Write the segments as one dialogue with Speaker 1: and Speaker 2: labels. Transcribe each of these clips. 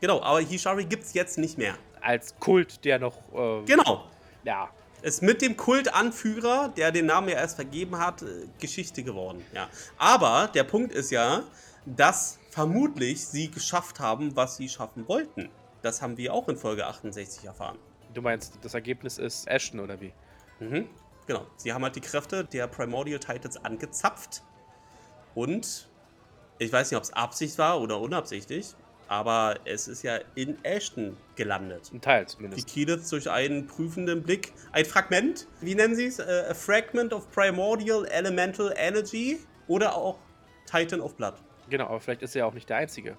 Speaker 1: Genau, aber Hishari gibt's jetzt nicht mehr.
Speaker 2: Als Kult, der noch. ähm,
Speaker 1: Genau.
Speaker 2: Ja.
Speaker 1: Ist mit dem Kultanführer, der den Namen ja erst vergeben hat, äh, Geschichte geworden. Ja. Aber der Punkt ist ja, dass vermutlich sie geschafft haben, was sie schaffen wollten. Das haben wir auch in Folge 68 erfahren.
Speaker 2: Du meinst, das Ergebnis ist Ashton oder wie?
Speaker 1: Mhm. Genau. Sie haben halt die Kräfte der Primordial Titans angezapft. Und ich weiß nicht, ob es Absicht war oder unabsichtlich, aber es ist ja in Ashton gelandet.
Speaker 2: Ein Teil
Speaker 1: Die
Speaker 2: zumindest.
Speaker 1: Kielitz durch einen prüfenden Blick, ein Fragment, wie nennen sie es? Äh, a Fragment of Primordial Elemental Energy oder auch Titan of Blood.
Speaker 2: Genau, aber vielleicht ist er ja auch nicht der Einzige.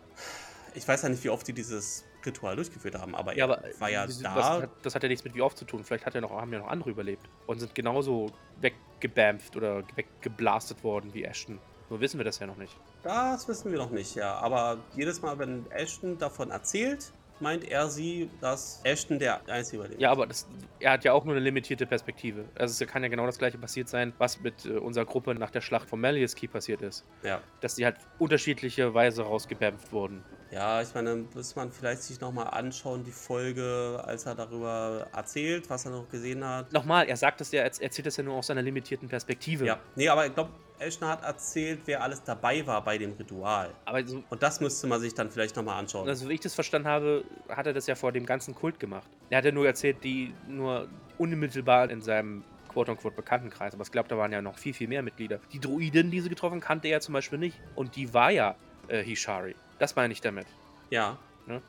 Speaker 1: Ich weiß ja nicht, wie oft die dieses Ritual durchgeführt haben, aber
Speaker 2: Ja,
Speaker 1: er
Speaker 2: aber
Speaker 1: war ja
Speaker 2: das,
Speaker 1: da.
Speaker 2: das, hat, das hat ja nichts mit wie oft zu tun. Vielleicht hat ja noch, haben ja noch andere überlebt und sind genauso weggebämpft oder weggeblastet worden wie Ashton. Nur wissen wir das ja noch nicht.
Speaker 1: Das wissen wir noch nicht, ja. Aber jedes Mal, wenn Ashton davon erzählt, meint er sie, dass Ashton der einzige Überlebende
Speaker 2: Ja, aber das, er hat ja auch nur eine limitierte Perspektive. Also es kann ja genau das gleiche passiert sein, was mit äh, unserer Gruppe nach der Schlacht von Malleus Key passiert ist.
Speaker 1: ist. Ja.
Speaker 2: Dass die halt unterschiedliche Weise rausgebämpft wurden.
Speaker 1: ja, ich meine, muss man vielleicht sich nochmal anschauen, die Folge, als er darüber erzählt, was er noch gesehen hat.
Speaker 2: Nochmal, er sagt das ja, er erzählt das ja nur aus seiner limitierten Perspektive.
Speaker 1: Ja. Nee, aber ich glaube, Ashton hat erzählt, wer alles dabei war bei dem Ritual.
Speaker 2: Aber so,
Speaker 1: Und das müsste man sich dann vielleicht nochmal anschauen.
Speaker 2: also, wie ich das verstanden habe, hat er das ja vor dem ganzen Kult gemacht. Er hat ja nur erzählt, die nur unmittelbar in seinem quote-unquote Bekanntenkreis. Aber ich glaube, da waren ja noch viel, viel mehr Mitglieder. Die Druidin, die sie getroffen, kannte er zum Beispiel nicht. Und die war ja äh, Hishari. Das meine ich damit.
Speaker 1: ja.
Speaker 2: Ne?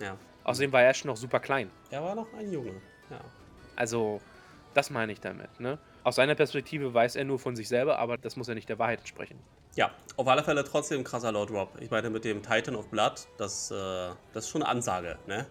Speaker 1: Ja.
Speaker 2: Außerdem war Ash noch super klein.
Speaker 1: Er war noch ein Junge. Ja.
Speaker 2: Also, das meine ich damit, ne? Aus seiner Perspektive weiß er nur von sich selber, aber das muss ja nicht der Wahrheit entsprechen.
Speaker 1: Ja, auf alle Fälle trotzdem krasser Low Drop. Ich meine, mit dem Titan of Blood, das, äh, das ist schon eine Ansage, ne?